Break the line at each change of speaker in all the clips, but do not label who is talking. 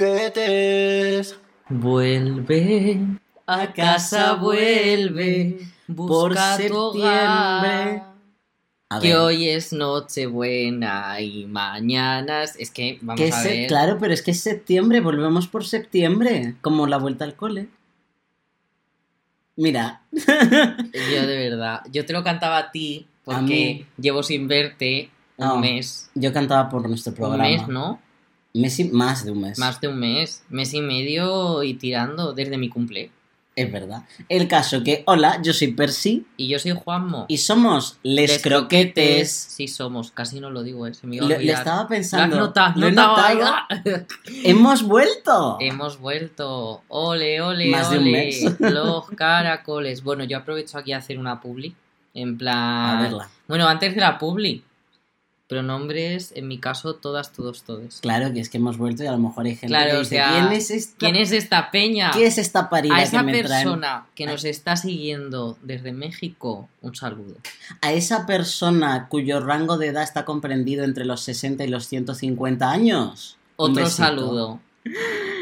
croquetes.
Vuelve, a casa vuelve, busca
Por
tu hogar,
septiembre. A
Que
ver,
hoy es Nochebuena y mañana es, es que vamos
que
a
se-
ver.
claro, pero es que es septiembre, volvemos por septiembre, como la vuelta al cole. Mira,
Yo de verdad, yo te lo cantaba a ti porque
mí.
llevo sin verte un
No,
mes,
yo cantaba por nuestro programa.
un mes, ¿no?
Mes y- más de un mes.
Más de un mes, mes y medio y tirando desde mi cumple.
Es verdad. El caso que, hola, yo soy Percy
Y yo soy Juanmo.
y somos Les,
Les
Croquetes.
Sí somos, casi no lo digo, eh, se me iba a
Le, le
olvidar.
estaba
Lo has
pensando.
notado,
¿lo he
notado
notado?
algo?
¡Hemos vuelto!
Hemos vuelto. Ole, ole,
Más de un
ole.
mes.
Los caracoles. Bueno, yo aprovecho aquí a hacer una publi. En plan.
A verla.
Bueno, antes de la publi. Pronombres, en mi caso, todas, todos, todes.
Claro que es que hemos vuelto y a lo mejor hay gente
Claro,
que
o
dice,
sea,
¿quién es esta?
¿Quién es esta peña?
¿Qué es esta parida
a
que
esa
me traen?
persona que nos está siguiendo desde México, un saludo.
A esa persona cuyo rango de edad está comprendido entre los 60 y los 150 años. Un
Otro
besito.
saludo.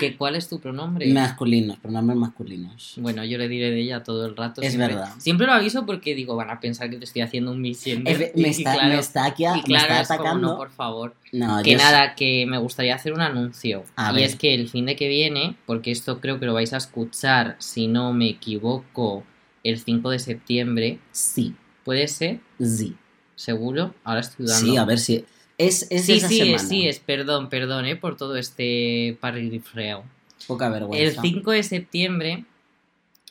¿Que, ¿Cuál es tu pronombre?
Masculinos, pronombres masculinos.
Bueno, yo le diré de ella todo el rato.
Es
siempre.
verdad.
Siempre lo aviso porque digo, van a pensar que te estoy haciendo un misión.
Eh, me, está, me está aquí, a-
Y
me
claro,
está
es como,
atacando.
no, por favor.
No,
Que
yo-
nada, que me gustaría hacer un anuncio.
A
y
ver.
es que el fin de que viene, porque esto creo que lo vais a escuchar, si no me equivoco, el 5 de septiembre,
Sí,
puede ser,
sí.
seguro. Ahora estoy dudando.
Sí, a ver si. Es, es
sí,
esa
sí,
semana.
es, sí, es, perdón, perdón, eh, por todo este parrifreo.
Poca
El
vergüenza.
5 de septiembre,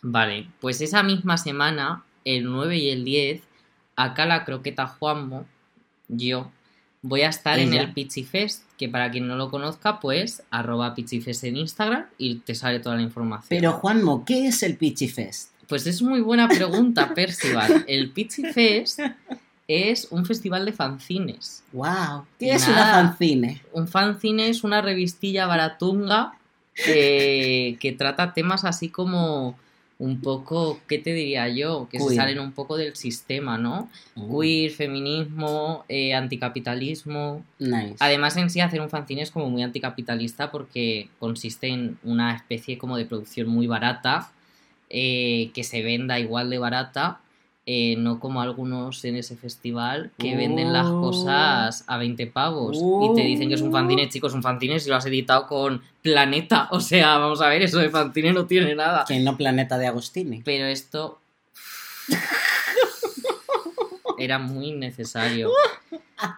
vale, pues esa misma semana, el 9 y el 10, acá la croqueta Juanmo, yo, voy a estar en
Ella.
el Pichifest, que para quien no lo conozca, pues arroba Pichifest en Instagram y te sale toda la información.
Pero Juanmo, ¿qué es el Pichi Fest?
Pues es muy buena pregunta, Percival. El Pichifest es un festival de fanzines.
¡Wow! ¿Qué es
Nada.
una fanzine?
Un fanzine es una revistilla baratunga que, que trata temas así como un poco, ¿qué te diría yo? Que se
Queer. Mm.
salen un poco del sistema, ¿no? Queer, feminismo, eh, anticapitalismo.
Mm, Nice.
Además, en sí, hacer un fanzine es como muy anticapitalista porque consiste en una especie como de producción muy barata, eh, que se venda igual de barata, eh, no como algunos en ese festival que venden las
Oh.
cosas a 20 pavos y te dicen que es un fanzine, chicos, un fanzine si lo has editado con Planeta. O sea, vamos a ver, eso de fanzine no tiene nada.
Que no Planeta de Agostini.
Pero esto era muy necesario.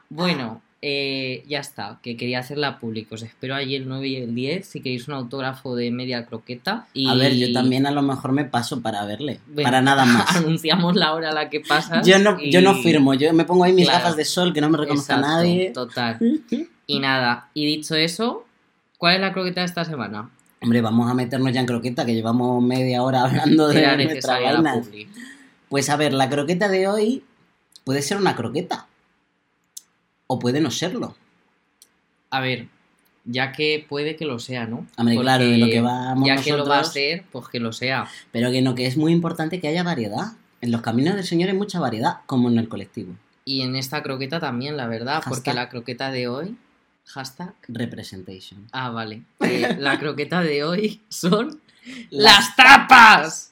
Bueno, eh, ya está, que quería hacerla pública. Os espero allí el 9 y el 10 si queréis un autógrafo de media croqueta. Y
A ver, yo también a lo mejor me paso para verle.
Bueno,
para nada más.
Anunciamos la hora a la que pasas.
Yo no,
y-
yo no firmo, yo me pongo ahí mis
Claro.
gafas de sol que no me reconozca
Exacto,
nadie.
Total. Y nada, y dicho eso, ¿cuál es la croqueta de esta semana?
Hombre, vamos a meternos ya en croqueta, que llevamos media hora hablando de
Era
nuestra
necesaria la
vaina.
publi.
Pues a ver, la croqueta de hoy puede ser una croqueta. O puede no serlo.
A ver, ya que puede que lo sea, ¿no?
Hombre, claro, de lo que vamos
Ya que
nosotros.
lo va a ser, pues que lo sea.
Pero que no, que es muy importante que haya variedad. En los caminos del Señor hay mucha variedad, como en el colectivo.
Y en esta croqueta también, la verdad, porque
Hashtag.
la croqueta de hoy. Hashtag.
Representation.
Ah, vale. Eh, la croqueta de hoy son.
Las-
¡Las tapas!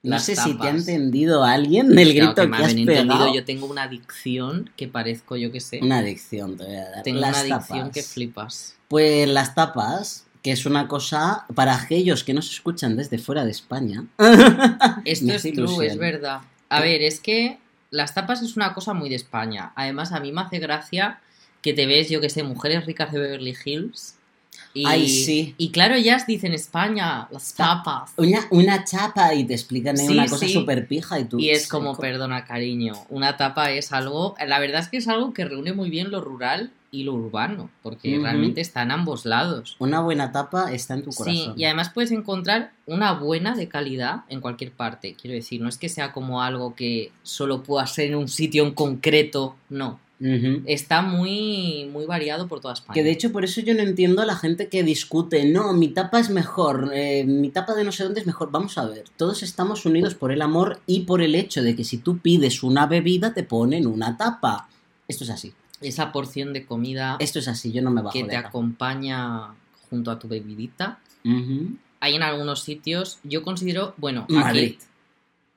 no
las
sé si te ha
tapas.
entendido alguien del grito
Claro que
que,
me
has
habían entendido,
pegado.
Yo tengo una adicción que parezco, yo que sé.
Una adicción te voy a dar.
tengo
Las
una adicción que
tapas.
flipas.
Pues las tapas, que es una cosa para aquellos que nos escuchan desde fuera de España.
Esto
Me
es
hace
true, es
ilusión.
verdad. A
Sí.
ver, es que las tapas es una cosa muy de España. Además, a mí me hace gracia que te ves, yo que sé, mujeres ricas de Beverly Hills. Y,
Ay, sí.
Y claro, ellas dicen España, las tapas.
Una, una chapa y te explican ahí
Sí,
una cosa
sí.
súper pija y tú.
Y es como,
pero
perdona, cariño, una tapa es algo, la verdad es que es algo que reúne muy bien lo rural y lo urbano, porque
Ujú.
realmente están ambos lados.
Una buena tapa está en tu
Sí,
corazón.
y además puedes encontrar una buena de calidad en cualquier parte, quiero decir, no es que sea como algo que solo pueda ser en un sitio en concreto, no,
Ujú.
está muy, muy variado por toda España.
Que de hecho por eso yo no entiendo a la gente que discute, no, mi tapa es mejor, eh, mi tapa de no sé dónde es mejor. Vamos a ver, todos estamos unidos por el amor y por el hecho de que si tú pides una bebida te ponen una tapa. Esto es así,
Esa porción de comida
esto es así, yo no me bajo
que
de
te
acá.
acompaña junto a tu bebidita.
Ujú.
Hay en algunos sitios, yo considero, bueno, aquí-
Madrid.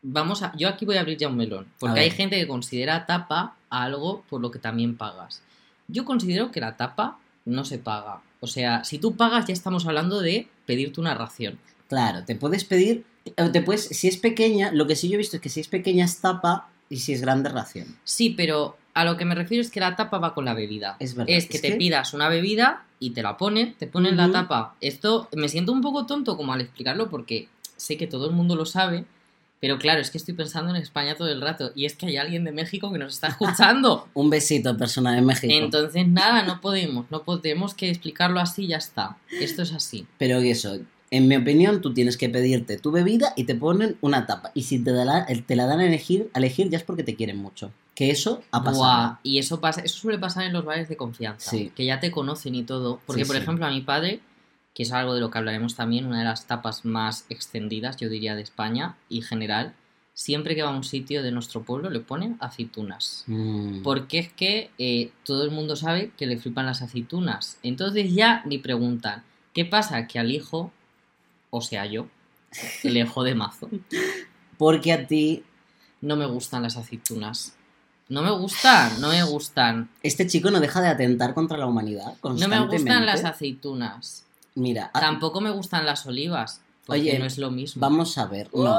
vamos a, yo aquí voy a abrir ya un melón,
A
porque
ver.
hay gente que considera tapa a algo por lo que también pagas. Yo considero que la tapa no se paga. O sea, si tú pagas ya estamos hablando de pedirte una ración.
Claro, te puedes pedir, o te puedes, si es pequeña, lo que sí yo he visto es que si es pequeña es tapa y si es grande ración.
Sí, pero a lo que me refiero es que la tapa va con la bebida.
Es verdad.
Es que
Es
te
que-
pidas una bebida y te la ponen, te ponen la
Ujú.
tapa. Esto me siento un poco tonto como al explicarlo porque sé que todo el mundo lo sabe, pero claro, es que estoy pensando en España todo el rato y es que hay alguien de México que nos está escuchando.
Un besito, persona de México.
Entonces, nada, no podemos, no podemos que explicarlo así, ya está. Esto es así.
Pero eso, en mi opinión, tú tienes que pedirte tu bebida y te ponen una tapa. Y si te, da la, eh, te la dan a elegir, a elegir ya es porque te quieren mucho. Que eso ha pasado.
Buah, y eso pasa, eso suele pasar en los bares de confianza,
Sí.
que ya te conocen y todo. Porque,
Sí,
por
sí.
ejemplo, a mi padre, que es algo de lo que hablaremos también, una de las tapas más extendidas, yo diría, de España y general, siempre que va a un sitio de nuestro pueblo le ponen aceitunas.
Mm,
Porque es que eh, todo el mundo sabe que le flipan las aceitunas. Entonces ya ni preguntan, ¿qué pasa? Que al hijo, o sea yo, le jode mazo.
Porque a ti,
No me gustan las aceitunas. No me gustan, no me gustan.
este chico no deja de atentar contra la humanidad
No me
constantemente.
gustan las aceitunas.
Mira, a-
Tampoco me gustan las olivas. Porque
Oye,
no es lo mismo.
vamos a ver. No.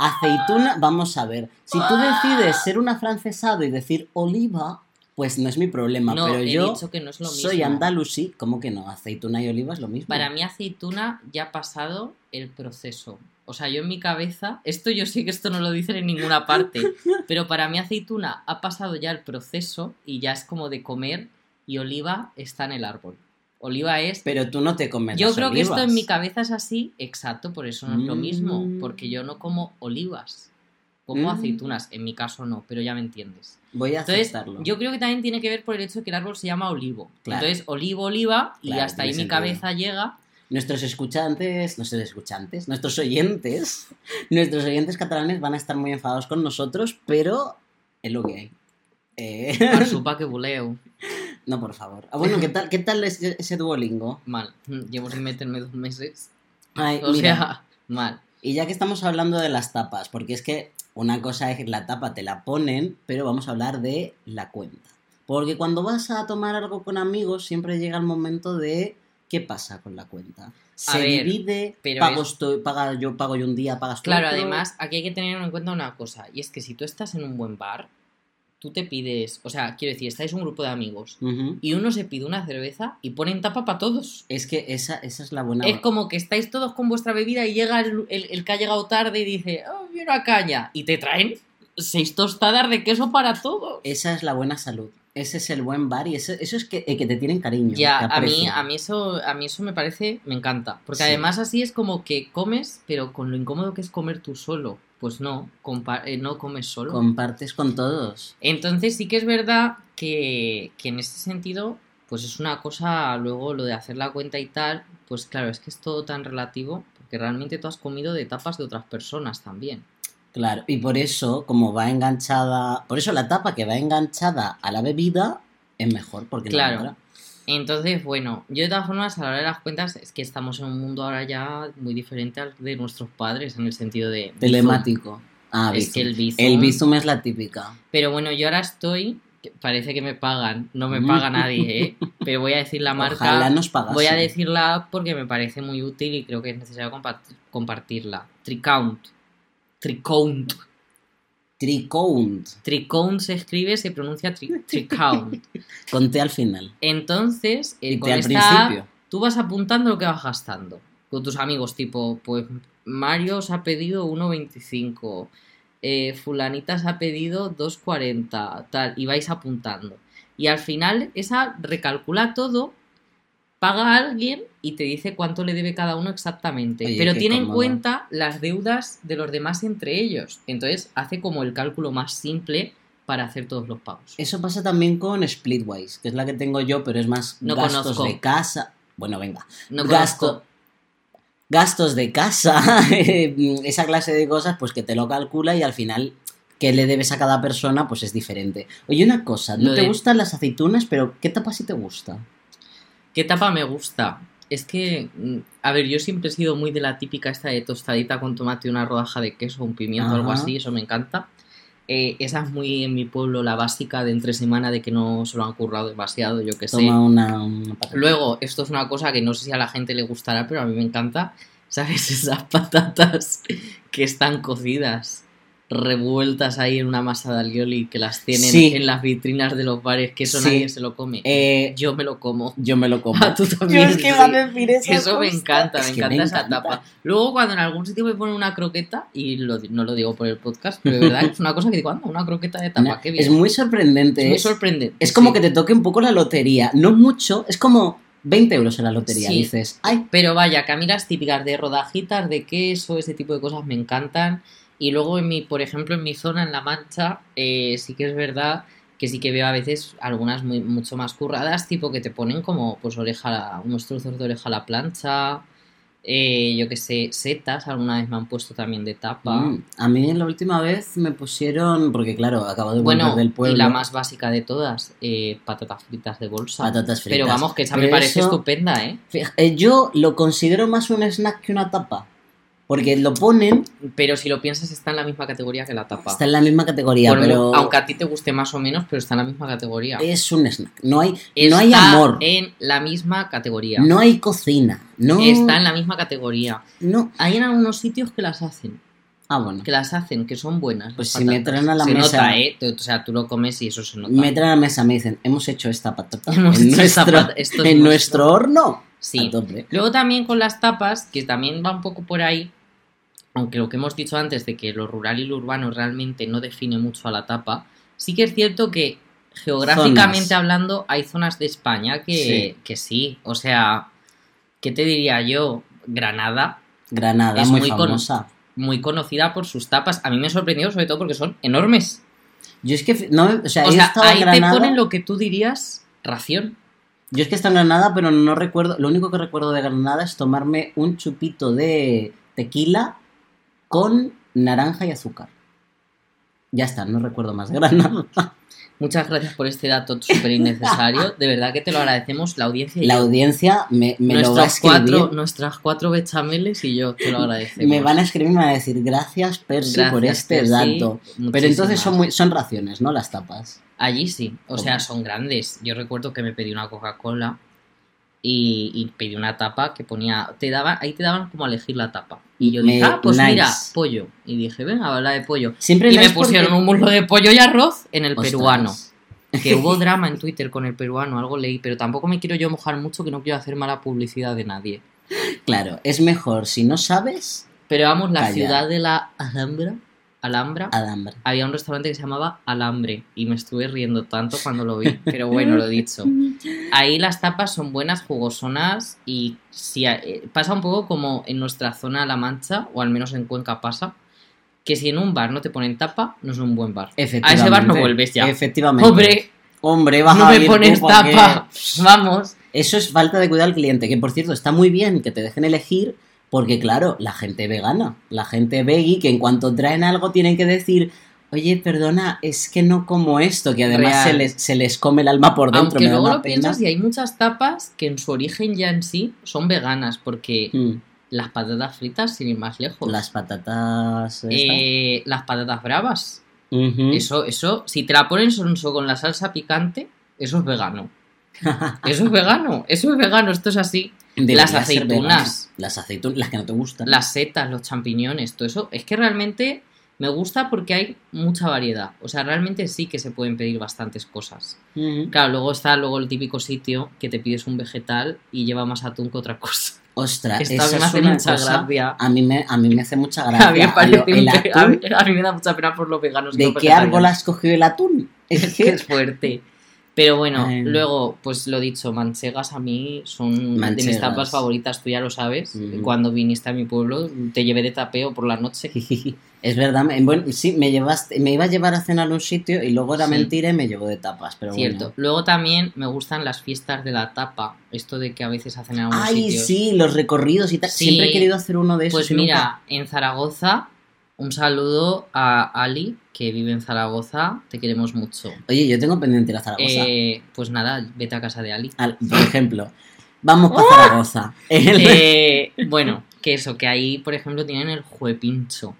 Aceituna, vamos a ver. Si tú decides ser un afrancesado y decir oliva, pues no es mi problema.
no,
pero
he
yo
dicho que no es lo mismo.
soy andalusí. ¿Cómo que no? Aceituna y oliva es lo mismo.
Para mí aceituna ya ha pasado el proceso. O sea, yo en mi cabeza, esto yo sé que esto no lo dicen en ninguna parte, pero para mí aceituna ha pasado ya el proceso y ya es como de comer y oliva está en el árbol. Oliva es
Pero tú no te comes
Yo
las
creo que esto
olivas.
en mi cabeza es así, exacto, por eso no es lo mismo,
Mm.
porque yo no como olivas, como
Mm.
aceitunas, en mi caso no, pero ya me entiendes.
Voy a
Entonces,
aceptarlo.
yo creo que también tiene que ver por el hecho de que el árbol se llama olivo.
Claro.
Entonces, olivo, oliva, y
Claro,
hasta ahí mi
tiene sentido.
cabeza llega.
Nuestros escuchantes, nuestros escuchantes, nuestros oyentes, nuestros oyentes catalanes van a estar muy enfadados con nosotros, pero es lo que hay. Eh,
Por supa que buleo.
no, por favor. Ah, bueno, ¿qué tal, qué tal es- ese, Duolingo?
Mal. Llevo sin meterme dos meses.
Ay,
O
Eh, mira,
sea, mal.
y ya que estamos hablando de las tapas, porque es que una cosa es la tapa, te la ponen, pero vamos a hablar de la cuenta. Porque cuando vas a tomar algo con amigos, siempre llega el momento de qué pasa con la cuenta. Se
ver,
divide,
pero
pago
es-
esto- paga yo, pago yo un día, pagas tú
Claro,
otro.
además, aquí hay que tener en cuenta una cosa, y es que si tú estás en un buen bar, tú te pides, o sea, quiero decir, estáis un grupo de amigos,
Ujú.
y uno se pide una cerveza y ponen tapa para todos.
Es que esa, esa es la buena.
Es como que estáis todos con vuestra bebida y llega el, el- el que ha llegado tarde y dice, oh, y una caña. Y te traen seis tostadas de queso para todos.
Esa es la buena salud. Ese es el buen bar y eso, eso es que, eh, que te tienen cariño.
Ya,
te
a mí,
aprecian.
a mí eso, a mí eso me parece, me encanta. Porque
Sí.
además así es como que comes, pero con lo incómodo que es comer tú solo. Pues no, compa- eh, no comes solo.
Compartes con todos.
Entonces sí que es verdad que, que en ese sentido, pues es una cosa, luego lo de hacer la cuenta y tal, pues claro, es que es todo tan relativo, porque realmente tú has comido de tapas de otras personas también.
Claro. Y por eso, como va enganchada. Por eso la tapa que va enganchada a la bebida es mejor. Porque no
Claro.
entra.
Entonces, bueno, yo de todas formas, a la hora de las cuentas, es que estamos en un mundo ahora ya muy diferente al de nuestros padres, en el sentido de... Bizum.
Telemático. Ah,
Es
Bizum.
que el Bizum-
El Bizum es la típica.
Pero bueno, yo ahora estoy, que parece que me pagan, no me
Mm.
paga nadie, ¿eh? Pero voy a decir la marca...
Ojalá nos pagasen.
Voy a decir la app porque me parece muy útil y creo que es necesario compa- compartirla. Tricount. Tricount.
Tricount.
Tricount se escribe, se pronuncia tri- Tricount.
Conté al final.
Entonces, eh,
Y
con
te al
esta app,
principio.
tú vas apuntando lo que vas gastando. Con tus amigos, tipo, pues Mario se ha pedido 1.25, eh, Fulanita se ha pedido 2.40, tal, y vais apuntando. Y al final, esa recalcula todo, paga a alguien y te dice cuánto le debe cada uno exactamente.
Oye,
Pero
qué
tiene en
cómodo.
cuenta las deudas de los demás entre ellos. Entonces, hace como el cálculo más simple para hacer todos los pagos.
Eso pasa también con Splitwise, que es la que tengo yo, pero es más
No
gastos
conozco.
de casa. Bueno, venga.
No
gasto-
conozco.
Gastos de casa, esa clase de cosas, pues que te lo calcula y al final que le debes a cada persona, pues es diferente. Oye, una cosa, ¿no
Lo
te
de-
gustan las aceitunas, pero qué tapa sí te gusta?
¿Qué tapa me gusta? Es que, mm, a ver, yo siempre he sido muy de la típica esta de tostadita con tomate y una rodaja de queso, un pimiento,
Ajá.
algo así, eso me encanta. Eh, esa es muy en mi pueblo la básica de entre semana de que no se lo han currado demasiado, yo que sé.
Toma una, una patata.
Luego, esto es una cosa que no sé si a la gente le gustará, pero a mí me encanta, ¿sabes? Esas patatas que están cocidas, revueltas ahí en una masa de alioli, que las tienen
Sí.
en las vitrinas de los bares, que eso
Sí.
nadie se lo come.
Eh,
Yo me lo como.
yo me lo como.
Ah, tú
Yo
también.
es que
sí.
iba a decir eso.
Eso me
justo.
encanta,
Es
me
que
encanta
me
esa
encanta.
tapa. Luego cuando en algún sitio me ponen una croqueta, y lo di- no lo digo por el podcast, pero de verdad es una cosa que digo, anda, una croqueta de tapa,
Una-
qué bien.
es muy sorprendente.
Es muy
es-
sorprendente.
es como
sí.
que te toque un poco la lotería. No mucho, es como 20 euros en la lotería.
Sí.
Dices, ay,
Pero vaya, que a mí las típicas de rodajitas, de queso, ese tipo de cosas me encantan. Y luego, en mi, por ejemplo, en mi zona, en La Mancha, eh, sí que es verdad que sí que veo a veces algunas muy, mucho más curradas, tipo que te ponen como pues oreja, a la- unos trozos de oreja a la plancha, eh, yo que sé, setas, alguna vez me han puesto también de tapa.
mm, a mí la última vez me pusieron, porque claro, acabo de volver
Bueno,
del pueblo.
y la más básica de todas, eh, patatas fritas de bolsa.
Patatas fritas.
Pero vamos, que esa me
Pero
parece
eso-
estupenda, ¿eh?
Fija- eh, Yo lo considero más un snack que una tapa. Porque lo ponen,
Pero si lo piensas, está en la misma categoría que la tapa.
está en la misma categoría,
Por mu-
pero
Aunque a ti te guste más o menos, pero está en la misma categoría.
es un snack. No hay, no
Está
hay amor,
En la misma categoría.
no hay cocina, no,
Está en la misma categoría.
no.
Hay en algunos sitios que las hacen,
Ah, bueno.
que las hacen, que son buenas.
Pues
las
si me
patatas.
traen a la
se
mesa-
nota, ¿eh? Tú- O sea, tú lo comes y eso se nota.
Me traen a la mesa, me dicen, hemos hecho esta patata
Hemos
en,
hecho
nuestro,
esta pat- esto es
en
nuestro".
nuestro horno.
Sí.
A tope.
Luego también con las tapas, que también va un poco por ahí, aunque lo que hemos dicho antes de que lo rural y lo urbano realmente no define mucho a la tapa, sí que es cierto que geográficamente
Zonas.
hablando hay zonas de España que
Sí.
que sí. o sea, ¿qué te diría yo? Granada,
Granada,
Es
muy,
muy con-
famosa.
muy conocida por sus tapas. A mí me sorprendió sobre todo porque son enormes.
Yo es que, fi- no, o sea,
O
he
sea,
estado en
ahí
Granada,
te ponen lo que tú dirías ración.
yo es que he estado en Granada, pero no recuerdo, lo único que recuerdo de Granada es tomarme un chupito de tequila con naranja y azúcar. Ya está, no recuerdo más de Granada.
Muchas gracias por este dato súper innecesario. De verdad que te lo agradecemos la audiencia y
La
yo.
audiencia me, me lo va a
nuestras,
escribir,
cuatro, nuestras cuatro bechameles y yo te lo agradecemos.
me van a escribir y me van a decir gracias Percy
Gracias,
por este
Percy,
dato. Pero entonces
muchísimas.
son, muy, son raciones, ¿no? Las tapas.
Allí sí, o sea,
Hombre.
son grandes. Yo recuerdo que me pedí una Coca-Cola y, y pedí una tapa que ponía... te daba, Ahí te daban como a elegir la tapa. Y yo
Me-
dije, ah, pues
nice.
mira, pollo. Y dije, venga, habla de pollo.
Siempre
Y me
nice
pusieron
porque-
un muslo de pollo y arroz en el
Ostras.
peruano. Que hubo drama en Twitter con el peruano, algo leí, pero tampoco me quiero yo mojar mucho que no quiero hacer mala publicidad de nadie.
Claro, es mejor si no sabes,
Pero vamos, la
Calla.
ciudad de la Alhambra, Alhambra,
alambre.
había un restaurante que se llamaba Alambre y me estuve riendo tanto cuando lo vi, pero bueno, lo dicho. Ahí las tapas son buenas, jugosonas y si a- eh, pasa un poco como en nuestra zona La Mancha, o al menos en Cuenca pasa, que si en un bar no te ponen tapa, no es un buen bar.
Efectivamente.
A ese bar no vuelves ya.
Efectivamente.
Hombre,
Hombre, vas
no
a
me
ver
pones
tú, ¿pa' qué?
tapa, vamos.
Eso es falta de cuidado al cliente, que por cierto está muy bien que te dejen elegir, porque claro, la gente vegana, la gente veggie, que en cuanto traen algo tienen que decir, oye, perdona, es que no como esto, que además
Real.
se les, se les come el alma Ah, por dentro,
Aunque
me da
luego
una
lo
pena.
piensas y hay muchas tapas que en su origen ya en sí son veganas, porque
Mm,
las patatas fritas, sin ir más lejos.
Las patatas... ¿esta?
Eh, las patatas bravas.
Ujú.
Eso, eso, si te la ponen sonso con la salsa picante, eso es vegano. Eso es vegano, eso es vegano, esto es así.
Debería
las
ser
aceitunas.
vegana. Las aceitunas, las que no te gustan.
Las setas, los champiñones, todo eso. Es que realmente me gusta porque hay mucha variedad. O sea, realmente sí que se pueden pedir bastantes cosas.
Ujú.
Claro, luego está luego el típico sitio que te pides un vegetal y lleva más atún que otra cosa.
Ostras,
Esta
Ah,
me
esa es
hace
una
mucha
cosa-
gracia.
A mí, me, a mí me hace mucha gracia.
A mí, me
Lo-
parece
el
un pe- a
atún,
mí- a mí me da mucha pena por los veganos. y
¿De
los
qué árbol
vegetarianos.
has cogido el atún?
Es que es fuerte. Pero bueno,
Ay.
luego, pues lo dicho, manchegas a mí son de mis
Manchegas. Mm.
tapas favoritas, tú ya lo sabes.
Ujú.
Cuando viniste a mi pueblo, te llevé de tapeo por la noche.
Es verdad, me- bueno, sí, me llevaste, me iba a llevar a cenar a un sitio y luego era
Sí.
mentira y me llevó de tapas, pero
Cierto.
bueno.
Luego también me gustan las fiestas de la tapa. Esto de que a veces hacen en algunos
Ay,
sitios.
sí, los recorridos y tal.
Sí.
Siempre he querido hacer uno de esos.
Pues
y nunca-
mira, en Zaragoza, un saludo a Ali, que vive en Zaragoza. Te queremos mucho.
Oye, yo tengo pendiente la Zaragoza.
Eh, pues nada, vete a casa de Ali.
Al- por ejemplo, Vamos
¡Oh!
para Zaragoza. El-
Eh, bueno, que eso, que ahí, por ejemplo, tienen el juepincho.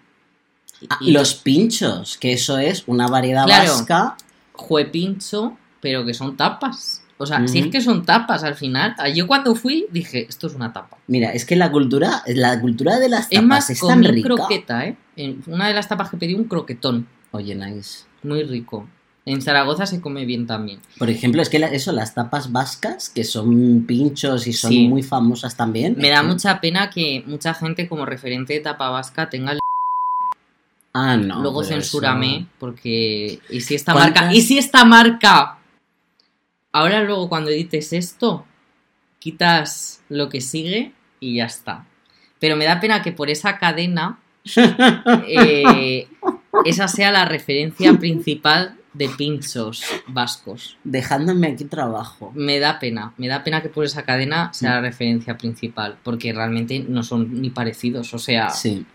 Ah, los pinchos, que eso es una variedad
Claro.
vasca.
Juepincho, pero que son tapas. O sea, si
Ujú.
es que son tapas al final. Ah, Yo cuando fui dije, esto es una tapa.
Mira, es que la cultura, la cultura de las
Es
tapas
más,
es tan
comí
rica.
croqueta, ¿eh? En una de las tapas que pedí, un croquetón.
Oye, nice.
Muy rico. En Zaragoza se come bien también.
Por ejemplo, es que la- eso, las tapas vascas, que son pinchos y son
Sí.
muy famosas también.
Me da mucha pena que mucha gente como referente de tapa vasca tenga el...
Ah, no.
Luego
pero
censúrame,
eso-
porque... ¿Y si esta
¿Cuántas?
marca? ¿Y si esta marca? Ahora luego cuando edites esto, quitas lo que sigue y ya está. Pero me da pena que por esa cadena eh, esa sea la referencia principal de pinchos vascos.
Dejándome aquí trabajo.
Me da pena, me da pena que por esa cadena sea la referencia principal, porque realmente no son ni parecidos, o sea...
Sí.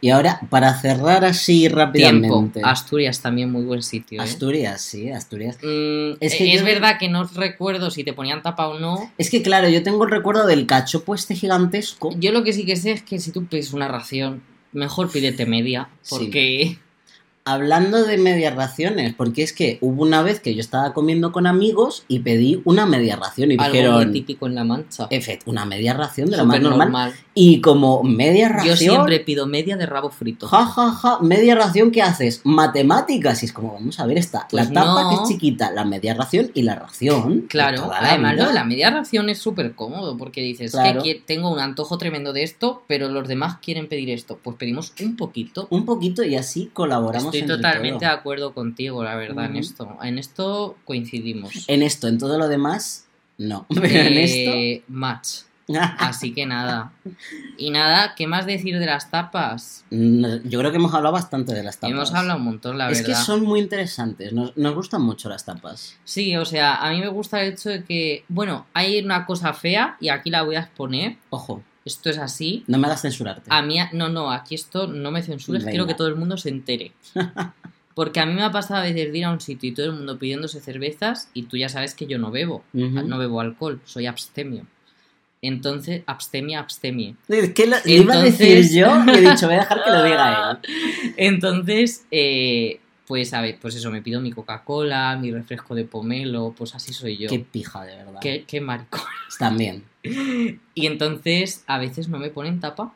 Y ahora, para cerrar así
Ah. Tiempo.
rápidamente.
Asturias también muy buen sitio. ¿eh?
Asturias, sí, Asturias.
Mm,
Es
eh,
que
es
yo-
verdad que no recuerdo si te ponían tapa o no.
Es que claro, yo tengo el recuerdo del cachopo este gigantesco.
Yo lo que sí que sé es que si tú pides una ración, mejor pídete media.
Sí.
Porque
Hablando de medias raciones, porque es que hubo una vez que yo estaba comiendo con amigos y pedí una media ración y
algo muy
dijeron,
típico en la mancha.
"Efect, una media ración de lo más
Súper
normal.
normal.
Y como media
Yo
ración,
siempre pido media de rabo frito.
ja, ja, ja, media ración, ¿qué haces? Matemáticas. Y es como, vamos a ver, está
Pues
la tapa
no.
que es chiquita, la media ración y la ración. de
Claro,
toda la
además
vida.
lo de la media ración es súper cómodo porque dices
Claro.
que qui- tengo un antojo tremendo de esto, pero los demás quieren pedir esto. Pues pedimos un poquito.
Un poquito y así colaboramos.
Estoy
entre
totalmente
todo.
de acuerdo contigo, la verdad, en
Ujú.
esto. En esto coincidimos.
En esto, en todo lo demás, no. Pero en esto.
Eh, Match. Así que nada. Y nada, ¿qué más decir de las tapas?
No, Yo creo que hemos hablado bastante de las tapas.
Hemos hablado un montón, la
es
verdad.
que son muy interesantes, nos, nos gustan mucho las tapas.
Sí, o sea, a mí me gusta el hecho de que, bueno, hay una cosa fea y aquí la voy a exponer.
Ojo,
Esto es así.
no me hagas censurarte.
A mí, no, no, aquí esto no me censures,
Venga.
quiero que todo el mundo se entere. Porque a mí me ha pasado a veces de ir a un sitio y todo el mundo pidiéndose cervezas y tú ya sabes que yo no bebo.
Ujú.
No bebo alcohol, soy abstemio. Entonces, abstemia, abstemie.
Es que lo- le iba a decir
Entonces-
yo y he dicho, voy a dejar que lo diga él.
Entonces, eh, pues a ver, pues eso, me pido mi Coca-Cola, mi refresco de pomelo, pues así soy yo.
Qué
Qué,
pija, de verdad.
qué, maricón.
También.
Y entonces, a veces no me ponen tapa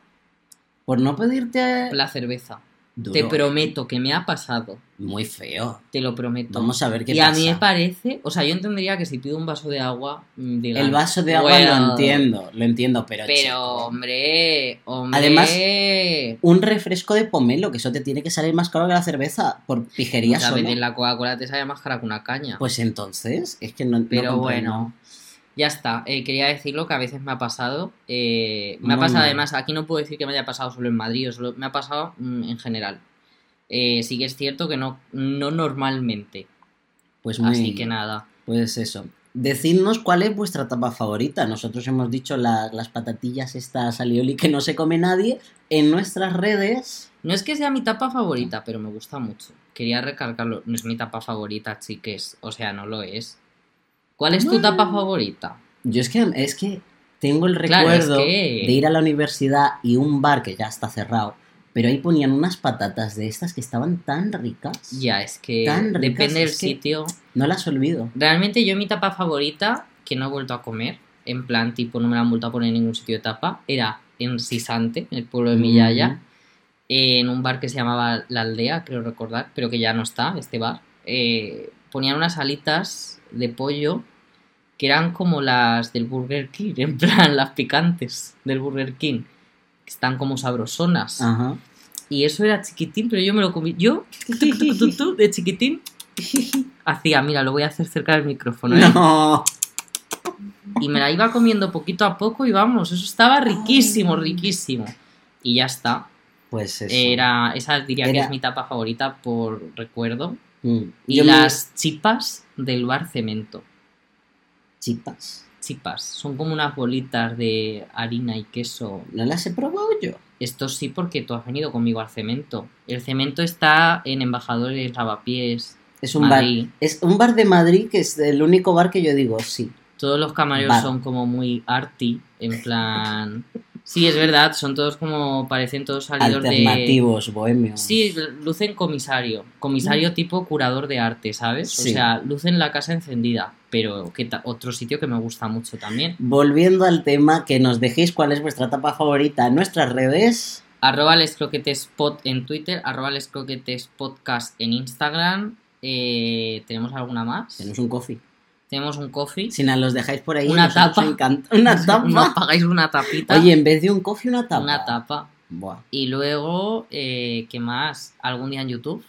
Por no pedirte.
la cerveza.
Duro.
Te prometo que me ha pasado,
Muy feo.
te lo prometo.
Vamos a ver qué
y
pasa.
a mí me parece, o sea, yo entendería que si pido un vaso de agua, mm, digan,
El vaso de agua
"Bueno,
lo entiendo, lo entiendo, pero.
Pero,
chico,
hombre, hombre.
Además,
muchas
un refresco de pomelo, que eso te tiene que salir más caro que la cerveza por pijería solo.
veces la Coca-Cola te sabe más cara que una caña.
Pues entonces, es que no. no
Pero
comprendo.
bueno, ya está. Eh, quería decirlo que a veces me ha pasado. eh, me ha
Muy
pasado
mal.
además, aquí no puedo decir que me haya pasado solo en Madrid, o solo, me ha pasado mm, en general. Eh, sí que es cierto que no, no normalmente.
Pues muy,
Así que nada.
Pues eso. Decidnos cuál es vuestra tapa favorita. Nosotros hemos dicho la- las patatillas estas alioli que no se come nadie. En nuestras redes.
No es que sea mi tapa favorita, pero me gusta mucho. Quería recalcarlo. No es mi tapa favorita, chiques. O sea, no lo es. ¿Cuál es tu
Bueno.
tapa favorita?
Yo es que, es que tengo el
Claro, es
recuerdo
que-
de ir a la universidad y un bar que ya está cerrado. Pero ahí ponían unas patatas de estas que estaban tan ricas.
Ya, es que
Tan ricas,
depende del
es que-
sitio.
No las olvido.
Realmente yo mi tapa favorita, que no he vuelto a comer, en plan tipo no me la han vuelto a poner en ningún sitio de tapa, era en Sisante, en el pueblo de Millaya,
Ujú.
en un bar que se llamaba La Aldea, creo recordar, pero que ya no está, este bar. Eh, ponían unas alitas de pollo que eran como las del Burger King, en plan las picantes del Burger King, que están como sabrosonas.
Ajá.
Y eso era chiquitín, pero yo me lo comí. Yo, tu, tu, tu, tu, tu, de chiquitín, hacía, mira, lo voy a hacer cerca del micrófono. ¿eh?
No.
Y me la iba comiendo poquito a poco y vamos, eso estaba riquísimo, riquísimo. Y ya está.
Pues eso.
Era, esa diría que
Era-
es mi tapa favorita por recuerdo.
Mm.
Y
Yo me-
las chipas del bar cemento.
chipas.
Chipas. Son como unas bolitas de harina y queso.
¿No las he probado yo?
Esto sí porque tú has venido conmigo al cemento. El cemento está en Embajadores, Lavapiés,
Es un bar.
Madrid.
Es un bar de Madrid que es el único bar que yo digo, sí,
Todos los camareros
Vale.
son como muy arty, en plan... Sí, es verdad, son todos como, parecen todos salidos de...
Alternativos, bohemios.
Sí, lucen comisario, comisario tipo curador de arte, ¿sabes?
Mm. Sí.
O sea, lucen la casa encendida, pero que ta- otro sitio que me gusta mucho también.
Volviendo al tema, que nos dejéis cuál es vuestra tapa favorita en nuestras redes.
Arroba les croquetes pod en Twitter, arroba les croquetes podcast en Instagram. Eh, ¿Tenemos alguna más?
Tenemos un coffee.
Tenemos un coffee.
Si nos los dejáis por ahí,
Una
nos nos
tapa.
encanta. Una tapa.
Nos pagáis una tapita.
Oye, en vez de un coffee, una tapa.
Una tapa.
Buah.
Y luego, eh, ¿qué más? ¿Algún día en YouTube?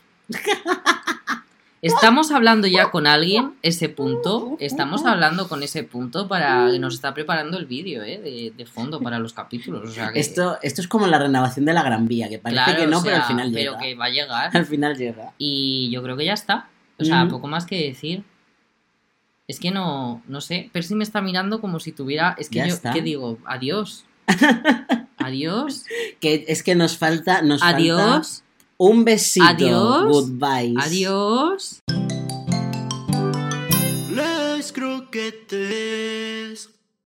Estamos hablando ya con alguien, ese punto. Estamos hablando con ese punto para que nos está preparando el vídeo eh, de, de fondo para los capítulos. O sea que-
Esto, esto es como la renovación de la Gran Vía, que parece
claro,
que no,
o
pero
sea,
al final llega.
Pero que va a llegar.
Al final llega.
Y yo creo que ya está. O sea,
Ujú.
poco más que decir. Es que no, no sé. Percy me está mirando como si tuviera. Es que
Ya
yo,
está.
¿qué digo? Adiós. Adiós.
Que es que nos falta, nos Pues falta
Adiós.
un besito.
Adiós.
Goodbye.
Adiós.
Les croquettes.